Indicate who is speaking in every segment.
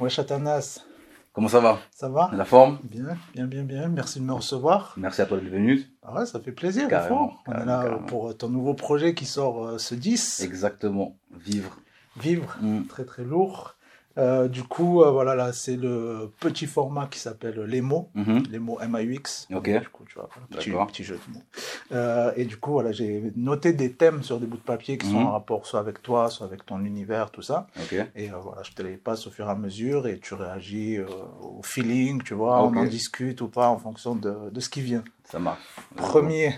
Speaker 1: Wesh Atanas,
Speaker 2: Comment ça va
Speaker 1: ça va
Speaker 2: La forme
Speaker 1: Bien, bien, bien, bien. Merci de me recevoir.
Speaker 2: Merci à toi d'être venu.
Speaker 1: Ah ouais, ça fait plaisir,
Speaker 2: Carrément,
Speaker 1: Alphonse. On est
Speaker 2: carrément,
Speaker 1: là euh,
Speaker 2: carrément.
Speaker 1: pour euh, ton nouveau projet qui sort euh, ce 10.
Speaker 2: Exactement. Vivre.
Speaker 1: Vivre,
Speaker 2: Mm.
Speaker 1: très très lourd. Euh, du coup, euh, voilà, là, c'est le petit format qui s'appelle euh, Les mots.
Speaker 2: Mhm.
Speaker 1: Les mots MAUX.
Speaker 2: Ok.
Speaker 1: Du coup, tu vois, voilà, petit,
Speaker 2: D'accord.
Speaker 1: petit jeu de mots. Euh, et du coup, voilà, j'ai noté des thèmes sur des bouts de papier qui sont
Speaker 2: Mhm.
Speaker 1: en rapport soit avec toi, soit avec ton univers, tout ça.
Speaker 2: Ok.
Speaker 1: Et euh, voilà, je te les passe au fur et à mesure et tu réagis euh, au feeling, tu vois,
Speaker 2: Ok.
Speaker 1: on en discute ou pas en fonction de, de ce qui vient.
Speaker 2: Ça marche.
Speaker 1: Premier.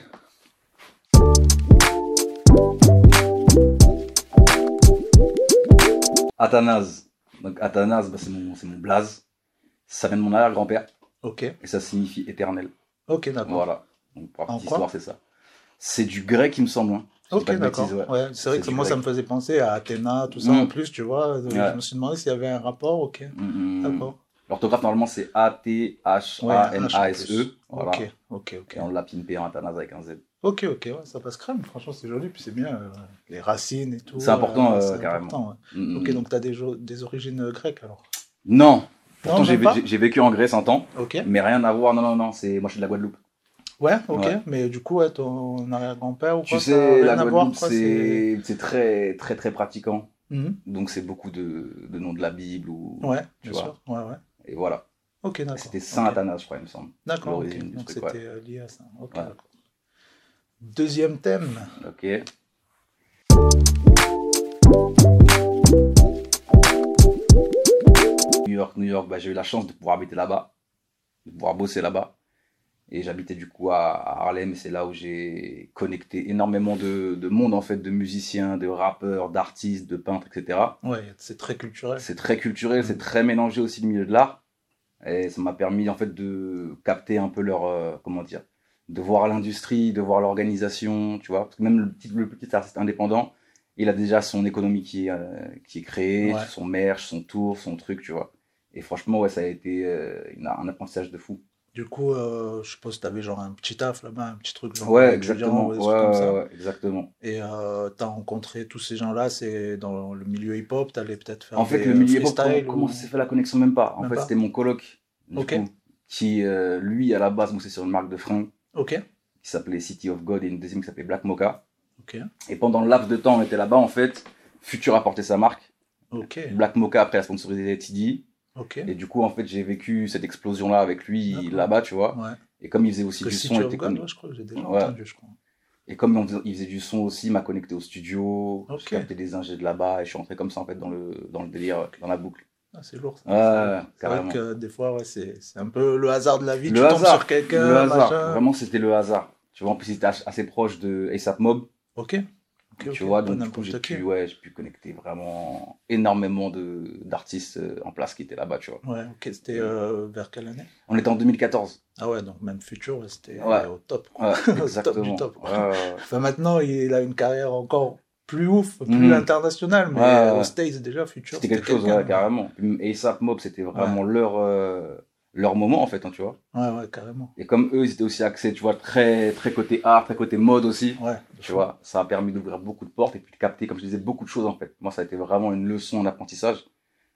Speaker 2: Athanase. Donc Athanase, bah, c'est mon, c'est mon blaze. Ça vient de mon arrière-grand-père
Speaker 1: Ok,
Speaker 2: et ça signifie éternel.
Speaker 1: ok, d'accord.
Speaker 2: Voilà. Donc pour la
Speaker 1: En
Speaker 2: petite
Speaker 1: quoi
Speaker 2: histoire, c'est ça. C'est du grec, il me semble. hein. Je dis
Speaker 1: Ok,
Speaker 2: pas de
Speaker 1: d'accord.
Speaker 2: bêtises, ouais.
Speaker 1: Ouais, c'est vrai
Speaker 2: C'est
Speaker 1: que
Speaker 2: du
Speaker 1: moi, ça
Speaker 2: grec.
Speaker 1: me faisait penser à Athéna, tout ça
Speaker 2: Mm.
Speaker 1: en plus, tu vois. Donc,
Speaker 2: Ouais.
Speaker 1: Je me suis demandé s'il y avait un rapport, ok.
Speaker 2: Mm, mm.
Speaker 1: D'accord.
Speaker 2: L'orthographe, normalement, c'est
Speaker 1: Ouais, H en
Speaker 2: A-T-H-A-N-A-S-E.
Speaker 1: plus.
Speaker 2: E. Voilà.
Speaker 1: Ok, ok, ok.
Speaker 2: Et on l'a pimpé en Athanase avec un Z.
Speaker 1: Ok, ok, ouais, ça passe crème. Franchement, c'est joli, puis c'est bien. euh, les racines et tout.
Speaker 2: C'est important, euh,
Speaker 1: c'est
Speaker 2: carrément.
Speaker 1: important, ouais.
Speaker 2: Mm,
Speaker 1: Ok,
Speaker 2: mm.
Speaker 1: donc tu as des, jo- des origines euh, grecques alors.
Speaker 2: Non. Pourtant,
Speaker 1: même
Speaker 2: j'ai vé-
Speaker 1: pas
Speaker 2: j'ai- j'ai vécu en Grèce un temps,
Speaker 1: Ok.
Speaker 2: mais rien à voir. Non, non, non. c'est- Moi, je suis de la Guadeloupe.
Speaker 1: Ouais, ok,
Speaker 2: Ouais.
Speaker 1: mais du coup, ouais, ton arrière-grand-père ou
Speaker 2: Tu
Speaker 1: quoi, ça a
Speaker 2: sais,
Speaker 1: rien
Speaker 2: la
Speaker 1: à voir,
Speaker 2: Guadeloupe,
Speaker 1: quoi,
Speaker 2: c'est c'est très, très, très pratiquant.
Speaker 1: Mhm,
Speaker 2: Donc, c'est beaucoup de, de noms de la Bible. Ou...
Speaker 1: Ouais,
Speaker 2: Tu
Speaker 1: bien
Speaker 2: vois.
Speaker 1: sûr, ouais, ouais.
Speaker 2: Et voilà.
Speaker 1: Ok, d'accord.
Speaker 2: C'était Saint
Speaker 1: ok.
Speaker 2: Athanase, je crois, il me semble.
Speaker 1: D'accord, ok,
Speaker 2: l'origine du
Speaker 1: donc
Speaker 2: truc, ouais.
Speaker 1: c'était euh, lié à ça. Ok,
Speaker 2: Ouais.
Speaker 1: d'accord. Deuxième thème,
Speaker 2: Ok. New York, New York, bah, j'ai eu la chance de pouvoir habiter là-bas, de pouvoir bosser là-bas. Et j'habitais du coup à à Harlem, et c'est là où j'ai connecté énormément de, de monde, en fait, de musiciens, de rappeurs, d'artistes, de peintres, etc.
Speaker 1: ouais, c'est très culturel.
Speaker 2: C'est très culturel, c'est très mélangé aussi le milieu de l'art. Et ça m'a permis en fait de capter un peu leur, euh, comment dire, de voir l'industrie, de voir l'organisation, tu vois. Parce que même le petit, le petit artiste indépendant, il a déjà son économie qui est, euh, qui est créée,
Speaker 1: Ouais.
Speaker 2: son merch, son tour, son truc, tu vois. Et franchement, ouais, ça a été euh, une- un apprentissage de fou.
Speaker 1: Du coup, euh, je suppose que t'avais genre un petit taf là-bas, un petit truc genre
Speaker 2: Ouais,
Speaker 1: étudiant
Speaker 2: exactement.
Speaker 1: ou des
Speaker 2: Ouais,
Speaker 1: trucs comme ça.
Speaker 2: ouais, ouais, exactement.
Speaker 1: Et euh, t'as rencontré tous ces gens-là, c'est dans le milieu hip-hop, t'allais peut-être faire
Speaker 2: En fait,
Speaker 1: des,
Speaker 2: le
Speaker 1: euh,
Speaker 2: milieu hip-hop, comment,
Speaker 1: freestyle
Speaker 2: comment
Speaker 1: ou-
Speaker 2: ça s'est fait la connexion Même pas. En
Speaker 1: Même
Speaker 2: fait,
Speaker 1: pas.
Speaker 2: c'était mon coloc, du
Speaker 1: Ok.
Speaker 2: coup, qui, euh, lui, à la base, bossait sur une marque de fringues.
Speaker 1: Ok,
Speaker 2: qui s'appelait City of God et une deuxième qui s'appelait Black Mocha.
Speaker 1: ok,
Speaker 2: Et pendant le laps de temps, on était là-bas, en fait, Future a porté sa marque.
Speaker 1: ok,
Speaker 2: Black Mocha, après, a sponsorisé TD.
Speaker 1: ok.
Speaker 2: Et du coup, en fait, j'ai vécu cette explosion-là avec lui,
Speaker 1: D'accord.
Speaker 2: là-bas, tu vois.
Speaker 1: Ouais.
Speaker 2: Et comme il faisait aussi
Speaker 1: Que
Speaker 2: du
Speaker 1: si
Speaker 2: son,
Speaker 1: tu
Speaker 2: il était
Speaker 1: regardes,
Speaker 2: connu.
Speaker 1: ouais, je crois que j'ai déjà
Speaker 2: Ouais.
Speaker 1: entendu, je crois.
Speaker 2: Et comme on faisait- il faisait du son aussi, il m'a connecté au studio.
Speaker 1: Ok.
Speaker 2: J'ai capté des ingés de là-bas et je suis rentré comme ça, en fait, dans le, dans le délire, dans la boucle.
Speaker 1: Ah, c'est lourd. ça.
Speaker 2: Ouais, ouais,
Speaker 1: c'est vrai
Speaker 2: carrément.
Speaker 1: que des fois, ouais, c'est c'est un peu le hasard de la vie.
Speaker 2: Le
Speaker 1: tu
Speaker 2: hasard,
Speaker 1: tombes sur quelqu'un,
Speaker 2: Le hasard,
Speaker 1: machin.
Speaker 2: vraiment, c'était le hasard. Tu vois, en plus, il était assez proche de ASAP Mob.
Speaker 1: Ok. Ok, ok.
Speaker 2: tu vois,
Speaker 1: Pas
Speaker 2: donc du coup,
Speaker 1: n'importe
Speaker 2: j'ai
Speaker 1: qui.
Speaker 2: pu, ouais, j'ai pu connecter vraiment énormément de- d'artistes euh, en place qui étaient là-bas, tu vois.
Speaker 1: Ouais, ok. C'était euh, vers quelle année
Speaker 2: On était en 2014.
Speaker 1: Ah ouais, donc même Future, ouais, c'était
Speaker 2: Ouais.
Speaker 1: euh, au top.
Speaker 2: Ouais,
Speaker 1: Top
Speaker 2: exactement.
Speaker 1: du top.
Speaker 2: Ouais, ouais,
Speaker 1: Enfin, maintenant, il a une carrière encore plus ouf, plus
Speaker 2: Mhm.
Speaker 1: internationale, mais
Speaker 2: Ouais, ouais,
Speaker 1: au
Speaker 2: ouais.
Speaker 1: States, déjà, Future.
Speaker 2: C'était quelque chose,
Speaker 1: quelqu'un, hein.
Speaker 2: ouais, carrément. Et ASAP Mob, c'était vraiment leur, euh, leur moment, en fait, hein, tu vois.
Speaker 1: Ouais, ouais, carrément.
Speaker 2: Et comme eux, ils étaient aussi axés, tu vois, très, très côté art, très côté mode aussi.
Speaker 1: Ouais.
Speaker 2: Tu vois, ça a permis d'ouvrir beaucoup de portes et puis de capter, comme je disais, beaucoup de choses en fait. Moi, ça a été vraiment une leçon d'apprentissage.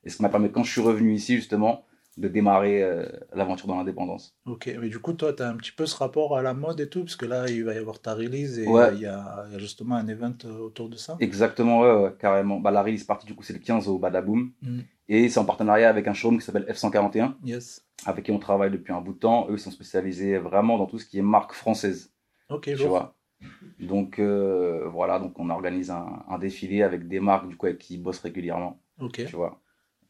Speaker 2: Et ce qui m'a permis, quand je suis revenu ici, justement, de démarrer euh, l'aventure dans l'indépendance.
Speaker 1: Ok, mais du coup, toi, tu as un petit peu ce rapport à la mode et tout, parce que là, il va y avoir ta release et
Speaker 2: Ouais.
Speaker 1: euh, il y a il y a justement un event euh, autour de ça.
Speaker 2: Exactement, ouais, ouais, carrément. Bah, la release partie, du coup, c'est le 15 au Badaboom.
Speaker 1: Mm.
Speaker 2: Et c'est en partenariat avec un showroom qui s'appelle F141,
Speaker 1: Yes.
Speaker 2: avec qui on travaille depuis un bout de temps. Eux, ils sont spécialisés vraiment dans tout ce qui est marque française,
Speaker 1: Ok,
Speaker 2: tu
Speaker 1: lourd.
Speaker 2: vois. Donc, euh, voilà, donc on organise un, un défilé avec des marques, du coup, avec qui ils bossent régulièrement,
Speaker 1: Ok.
Speaker 2: tu vois.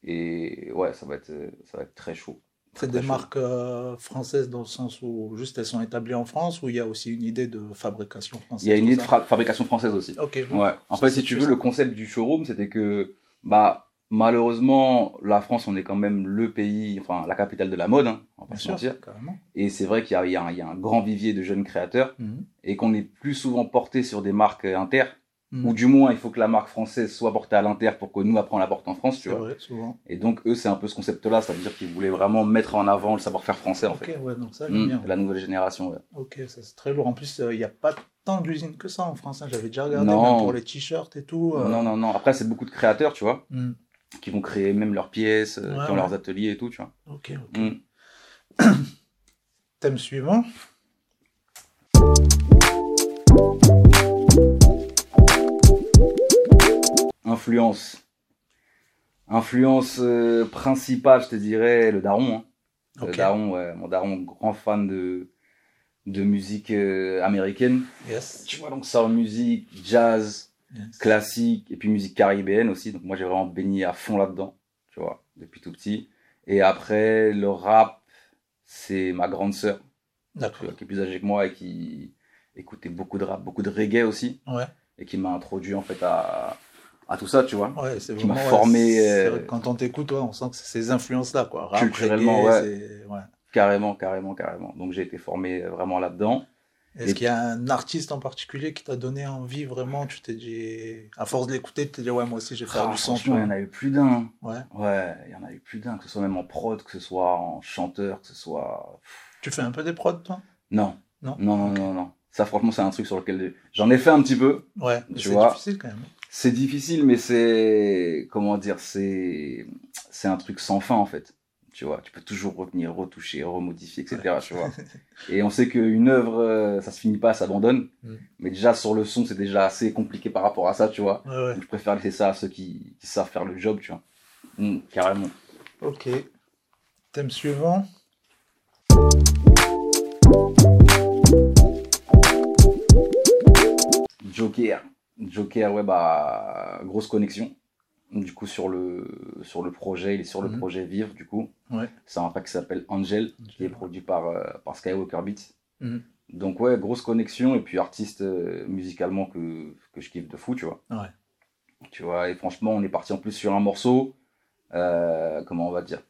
Speaker 2: Et ouais, ça va être, euh, ça va être très chaud. Très,
Speaker 1: C'est
Speaker 2: très
Speaker 1: des
Speaker 2: chaud.
Speaker 1: marques euh, françaises dans le sens où juste elles sont établies en France ou il y a aussi une idée de fabrication française?
Speaker 2: Il y a une
Speaker 1: tout
Speaker 2: idée de
Speaker 1: ça
Speaker 2: fra- fabrication française aussi.
Speaker 1: Ok, lourd.
Speaker 2: Ouais. En fait, si tu veux, le concept du showroom, c'était que, bah, malheureusement, la France, on est quand même le pays, enfin, la capitale de la mode, hein, on va pas
Speaker 1: bien
Speaker 2: se mentir.
Speaker 1: sûr, carrément.
Speaker 2: Et c'est vrai qu'il y a, il y a un- il y a un grand vivier de jeunes créateurs
Speaker 1: Mhm.
Speaker 2: et qu'on est plus souvent porté sur des marques euh, inter,
Speaker 1: Mhm.
Speaker 2: ou du moins, il faut que la marque française soit portée à l'inter pour que nous, après, on la porte en France, tu
Speaker 1: C'est
Speaker 2: vois.
Speaker 1: vrai, souvent.
Speaker 2: Et donc, eux, c'est un peu ce concept-là, ça veut dire qu'ils voulaient vraiment mettre en avant le savoir-faire français, en
Speaker 1: Ok,
Speaker 2: fait.
Speaker 1: ouais, donc ça, j'aime
Speaker 2: Mhm.
Speaker 1: bien.
Speaker 2: La nouvelle génération, ouais.
Speaker 1: Ok, ça c'est très lourd. En plus, euh, il n'y a pas tant d'usines que ça en France. hein. J'avais déjà regardé,
Speaker 2: Non.
Speaker 1: même pour les t-shirts et tout. euh,
Speaker 2: Non, non, non. Après, c'est beaucoup de créateurs, tu vois.
Speaker 1: mhm.
Speaker 2: qui vont créer même leurs pièces, euh,
Speaker 1: Ouais,
Speaker 2: qui ont
Speaker 1: ouais.
Speaker 2: leurs ateliers et tout, tu vois.
Speaker 1: Ok. ok.
Speaker 2: Mm.
Speaker 1: Thème suivant.
Speaker 2: Influence. Influence euh, principale, je te dirais, le daron. hein. Le
Speaker 1: Ok.
Speaker 2: daron, ouais. Mon daron, grand fan de, de musique euh, américaine.
Speaker 1: Yes.
Speaker 2: Tu vois, donc ça en musique, jazz,
Speaker 1: Yes.
Speaker 2: classique, et puis musique caribéenne aussi. Donc moi, j'ai vraiment baigné à fond là-dedans, tu vois, depuis tout petit. Et après, le rap, c'est ma grande sœur, tu
Speaker 1: D'accord.
Speaker 2: vois, qui est plus âgée que moi et qui écoutait beaucoup de rap, beaucoup de reggae aussi,
Speaker 1: Ouais.
Speaker 2: et qui m'a introduit en fait à, à tout ça, tu vois.
Speaker 1: Ouais, c'est
Speaker 2: Qui m'a
Speaker 1: vraiment. ouais,
Speaker 2: formé,
Speaker 1: c'est
Speaker 2: euh,
Speaker 1: vrai que quand on t'écoute, ouais, on sent que c'est ces influences-là, quoi. Rap,
Speaker 2: Culturellement,
Speaker 1: reggae,
Speaker 2: ouais.
Speaker 1: c'est- ouais.
Speaker 2: Carrément, carrément, carrément. Donc j'ai été formé euh, vraiment là-dedans.
Speaker 1: Est-ce
Speaker 2: Et-
Speaker 1: qu'il y a un artiste en particulier qui t'a donné envie vraiment Tu t'es dit, à force de l'écouter, tu t'es dit, ouais, moi aussi, je vais faire
Speaker 2: Ah,
Speaker 1: du son.
Speaker 2: franchement, il y en a eu plus d'un. hein.
Speaker 1: Ouais.
Speaker 2: Ouais, il y en a eu plus d'un, que ce soit même en prod, que ce soit en chanteur, que ce soit.
Speaker 1: Tu fais un peu des prods, toi
Speaker 2: Non.
Speaker 1: Non
Speaker 2: Non, non, non, non. Ça, franchement, c'est un truc sur lequel j'en ai fait un petit peu.
Speaker 1: Ouais, mais
Speaker 2: Tu
Speaker 1: c'est
Speaker 2: vois.
Speaker 1: difficile quand même.
Speaker 2: C'est difficile, mais c'est. Comment dire C'est. C'est un truc sans fin, en fait. Tu vois, tu peux toujours revenir, retoucher, remodifier, etc. Tu vois. Et on sait qu'une œuvre, euh, ça se finit pas, ça s'abandonne.
Speaker 1: Mm.
Speaker 2: Mais déjà, sur le son, c'est déjà assez compliqué par rapport à ça, tu vois.
Speaker 1: Ouais, ouais.
Speaker 2: Donc, je préfère laisser ça à ceux qui, qui savent faire le job, tu vois. Mm, carrément.
Speaker 1: Ok. Thème suivant.
Speaker 2: Joker. Joker, ouais, bah, grosse connexion. Du coup, sur le, sur le projet, il est sur le
Speaker 1: Mhm.
Speaker 2: projet Vivre, du coup.
Speaker 1: Ouais.
Speaker 2: C'est un pack qui s'appelle Angel, qui est
Speaker 1: Angel,
Speaker 2: produit par, euh, par Skywalker Beats.
Speaker 1: Mhm.
Speaker 2: Donc, ouais, grosse connexion, et puis artiste euh, musicalement que, que je kiffe de fou, tu vois.
Speaker 1: Ouais.
Speaker 2: Tu vois, et franchement, on est parti en plus sur un morceau, euh, comment on va dire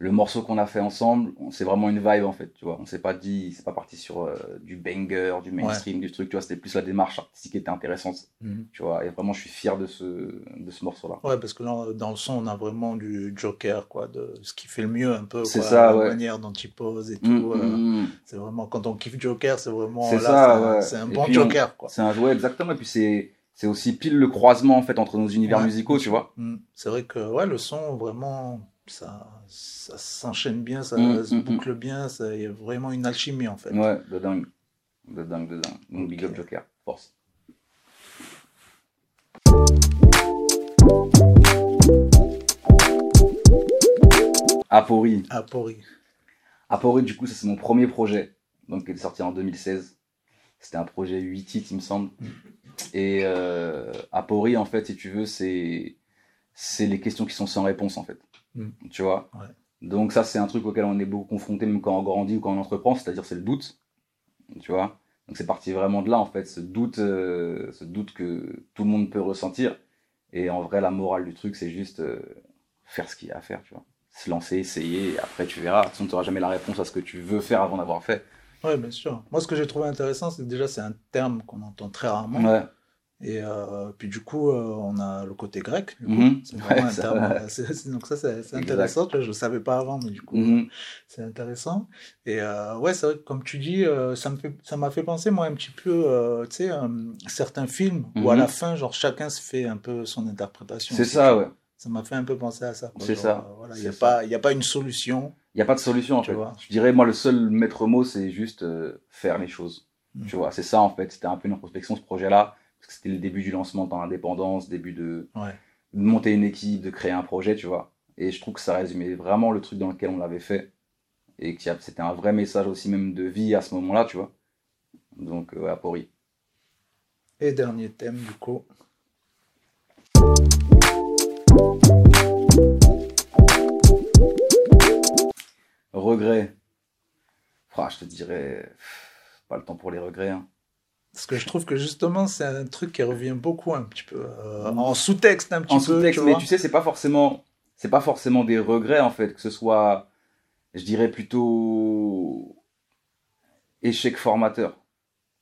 Speaker 2: le morceau qu'on a fait ensemble, on- c'est vraiment une vibe en fait, tu vois. On s'est pas dit, c'est pas parti sur euh, du banger, du mainstream, du truc, tu vois. C'était plus la démarche artistique qui était intéressante
Speaker 1: Mhm.
Speaker 2: tu vois. Et vraiment, je suis fier de ce, de ce morceau-là.
Speaker 1: Ouais, parce que là, dans le son, on a vraiment du Joker, quoi, de ce qui fait le mieux un peu,
Speaker 2: C'est
Speaker 1: quoi,
Speaker 2: ça,
Speaker 1: la
Speaker 2: ouais.
Speaker 1: manière dont il pose et tout.
Speaker 2: Mm,
Speaker 1: euh,
Speaker 2: mm, mm.
Speaker 1: C'est vraiment, quand on kiffe Joker, c'est vraiment,
Speaker 2: C'est
Speaker 1: là,
Speaker 2: ça,
Speaker 1: c'est un-
Speaker 2: ouais.
Speaker 1: c'est un
Speaker 2: Et
Speaker 1: bon
Speaker 2: puis on-
Speaker 1: Joker, quoi.
Speaker 2: C'est un jouet, exactement. Et puis, c'est c'est aussi pile le croisement en fait entre nos univers
Speaker 1: Ouais.
Speaker 2: musicaux, tu vois.
Speaker 1: Mm. C'est vrai que ouais, le son, vraiment, ça, ça s'enchaîne bien, ça
Speaker 2: Mm,
Speaker 1: se
Speaker 2: mm,
Speaker 1: boucle bien, ça- il y a vraiment une alchimie en fait.
Speaker 2: Ouais, de dingue. De dingue, de dingue. Donc, Big
Speaker 1: Ok.
Speaker 2: Up Joker, force. Apori.
Speaker 1: Apori.
Speaker 2: Apori, du coup, ça c'est mon premier projet, donc qui est sorti en 2016. C'était un projet 8 titres, il me semble. Et euh, Apori, en fait, si tu veux, c'est c'est les questions qui sont sans réponse, en fait.
Speaker 1: Mm.
Speaker 2: Tu vois
Speaker 1: Ouais.
Speaker 2: Donc ça, c'est un truc auquel on est beaucoup confronté, même quand on grandit ou quand on entreprend, c'est-à-dire c'est le doute. Tu vois Donc c'est parti vraiment de là, en fait, ce doute, euh, ce doute que tout le monde peut ressentir. Et en vrai, la morale du truc, c'est juste euh, faire ce qu'il y a à faire, tu vois se lancer, essayer, et après tu verras. De toute façon, tu n'auras jamais la réponse à ce que tu veux faire avant d'avoir fait.
Speaker 1: Oui, bien sûr. Moi, ce que j'ai trouvé intéressant, c'est que déjà, c'est un terme qu'on entend très rarement.
Speaker 2: Ouais,
Speaker 1: Et euh, puis, du coup, euh, on a le côté grec. du coup.
Speaker 2: Mhm.
Speaker 1: C'est
Speaker 2: Ouais,
Speaker 1: vraiment un
Speaker 2: ça
Speaker 1: terme.
Speaker 2: va.
Speaker 1: euh, c'est- c'est- donc, ça, c'est c'est
Speaker 2: Exact.
Speaker 1: intéressant. tu vois, je ne le savais pas avant, mais du coup,
Speaker 2: Mhm.
Speaker 1: c'est intéressant. Et euh, ouais, c'est vrai que, comme tu dis, euh, ça me fait, ça m'a fait penser, moi, un petit peu, euh, tu sais, euh, certains films où à
Speaker 2: Mhm.
Speaker 1: la fin, genre, chacun se fait un peu son interprétation.
Speaker 2: C'est
Speaker 1: aussi, tu
Speaker 2: ça,
Speaker 1: vois.
Speaker 2: ouais.
Speaker 1: Ça m'a fait un peu penser à ça. quoi,
Speaker 2: C'est
Speaker 1: genre,
Speaker 2: ça.
Speaker 1: euh, voilà, il
Speaker 2: C'est
Speaker 1: n'y a
Speaker 2: ça.
Speaker 1: pas, il y a pas une solution.
Speaker 2: Il n'y a pas de solution en
Speaker 1: Tu
Speaker 2: fait.
Speaker 1: vois.
Speaker 2: Je dirais, moi, le seul maître mot, c'est juste euh, faire les choses.
Speaker 1: Mhm.
Speaker 2: Tu vois, c'est ça en fait. C'était un peu une introspection ce projet-là. Parce que c'était le début du lancement de ton indépendance, début de
Speaker 1: Ouais.
Speaker 2: de monter une équipe, de créer un projet, tu vois. Et je trouve que ça résumait vraiment le truc dans lequel on l'avait fait. Et que c'était un vrai message aussi, même de vie à ce moment-là, tu vois. Donc, euh, ouais, Apori.
Speaker 1: Et dernier thème, du coup.
Speaker 2: Regret. Ah, je te dirais, pff, pas le temps pour les regrets. hein.
Speaker 1: Parce que je trouve que justement, c'est un truc qui revient beaucoup un petit peu. euh, en sous-texte, un petit
Speaker 2: Mhm. En
Speaker 1: peu.
Speaker 2: sous-texte,
Speaker 1: tu
Speaker 2: mais
Speaker 1: vois.
Speaker 2: tu sais, c'est pas forcément, c'est pas forcément des regrets en fait, que ce soit, je dirais plutôt échec formateur.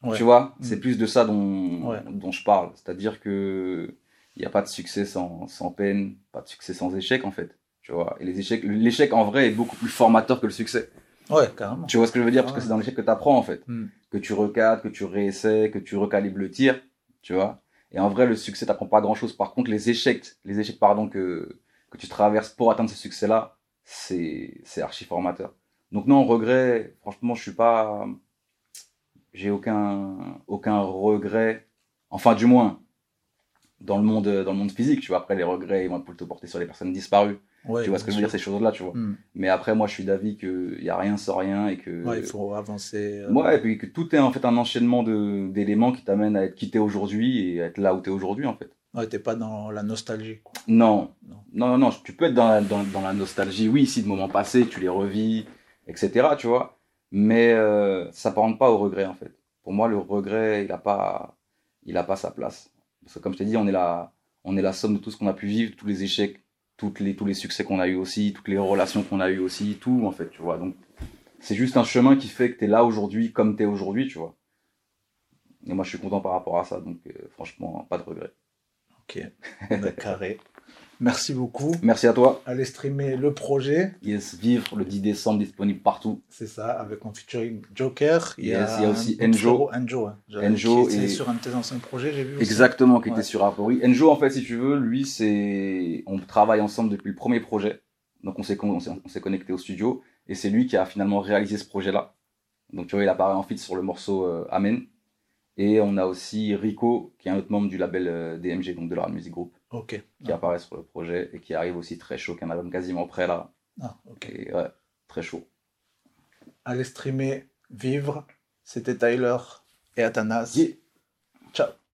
Speaker 1: Ouais.
Speaker 2: Tu vois,
Speaker 1: Mm.
Speaker 2: c'est plus de ça dont,
Speaker 1: Ouais.
Speaker 2: dont je parle. C'est-à-dire que il n'y a pas de succès sans, sans peine, pas de succès sans échec en fait. Tu vois, et les échecs, l'échec en vrai est beaucoup plus formateur que le succès.
Speaker 1: Ouais, carrément.
Speaker 2: Tu vois ce que je veux dire Parce
Speaker 1: Ouais.
Speaker 2: que c'est dans l'échec que tu apprends, en fait.
Speaker 1: Mm.
Speaker 2: Que tu recadres, que tu réessais, que tu recalibres le tir, tu vois. Et en vrai, le succès, t'apprends pas grand-chose. Par contre, les échecs, les échecs, pardon, que, que tu traverses pour atteindre ce succès-là, c'est, c'est archi formateur. Donc non, regret, franchement, je suis pas, j'ai aucun, aucun regret. Enfin, du moins, dans le monde, dans le monde physique, tu vois. Après, les regrets, ils vont plutôt porter sur les personnes disparues.
Speaker 1: Ouais,
Speaker 2: tu vois ce que je veux
Speaker 1: bien
Speaker 2: dire, ces choses-là, tu vois.
Speaker 1: sûr. Hmm.
Speaker 2: Mais après, moi, je suis d'avis qu'il n'y a rien sans rien et que.
Speaker 1: Ouais, il faut avancer. euh,
Speaker 2: Ouais, et puis que tout est en fait un enchaînement de- d'éléments qui t'amènent à être quitté aujourd'hui et à être là où t'es aujourd'hui, en fait.
Speaker 1: ouais, t'es pas dans la nostalgie. quoi.
Speaker 2: Non.
Speaker 1: Non.
Speaker 2: non, non, non, tu peux être dans la, dans, dans la nostalgie, oui, si de moments passés, tu les revis, etc., tu vois. Mais euh, ça s'apparente pas au regret, en fait. Pour moi, le regret, il n'a pas, il a pas sa place. Parce que, comme je t'ai dit, on est, la, on est la somme de tout ce qu'on a pu vivre, tous les échecs, toutes les, tous les succès qu'on a eu aussi, toutes les relations qu'on a eues aussi, tout, en fait, tu vois. Donc, c'est juste un chemin qui fait que tu es là aujourd'hui comme tu es aujourd'hui, tu vois. Et moi, je suis content par rapport à ça, donc euh, franchement, pas de regret.
Speaker 1: Ok, on est carré. Merci beaucoup.
Speaker 2: Merci à toi.
Speaker 1: Allez streamer le projet,
Speaker 2: Yes, Vivre le 10 décembre disponible partout.
Speaker 1: c'est ça, avec en featuring Joker.
Speaker 2: Yes, il y a aussi
Speaker 1: un autre
Speaker 2: Enjo.
Speaker 1: frérot, Enjo, hein, j'avais-
Speaker 2: Enjo
Speaker 1: qui était
Speaker 2: et-
Speaker 1: sur un de tes anciens projets, j'ai vu. aussi.
Speaker 2: Exactement, qui
Speaker 1: Ouais.
Speaker 2: était sur Apori. Enjo, en fait, si tu veux, lui, c'est. On travaille ensemble depuis le premier projet. Donc, on s'est con- on s'est- on s'est connecté au studio. Et c'est lui qui a finalement réalisé ce projet-là. Donc, tu vois, il apparaît en feat sur le morceau euh, Amen. Et on a aussi Rico, qui est un autre membre du label euh, DMG, donc de la Music Group,
Speaker 1: Ok.
Speaker 2: qui apparaît sur le projet et qui arrive aussi très chaud, qui a un album quasiment prêt là.
Speaker 1: Ah, ok.
Speaker 2: Et ouais, très chaud.
Speaker 1: Allez streamer, vivre. C'était Tyler et Athanas.
Speaker 2: Yeah.
Speaker 1: Ciao.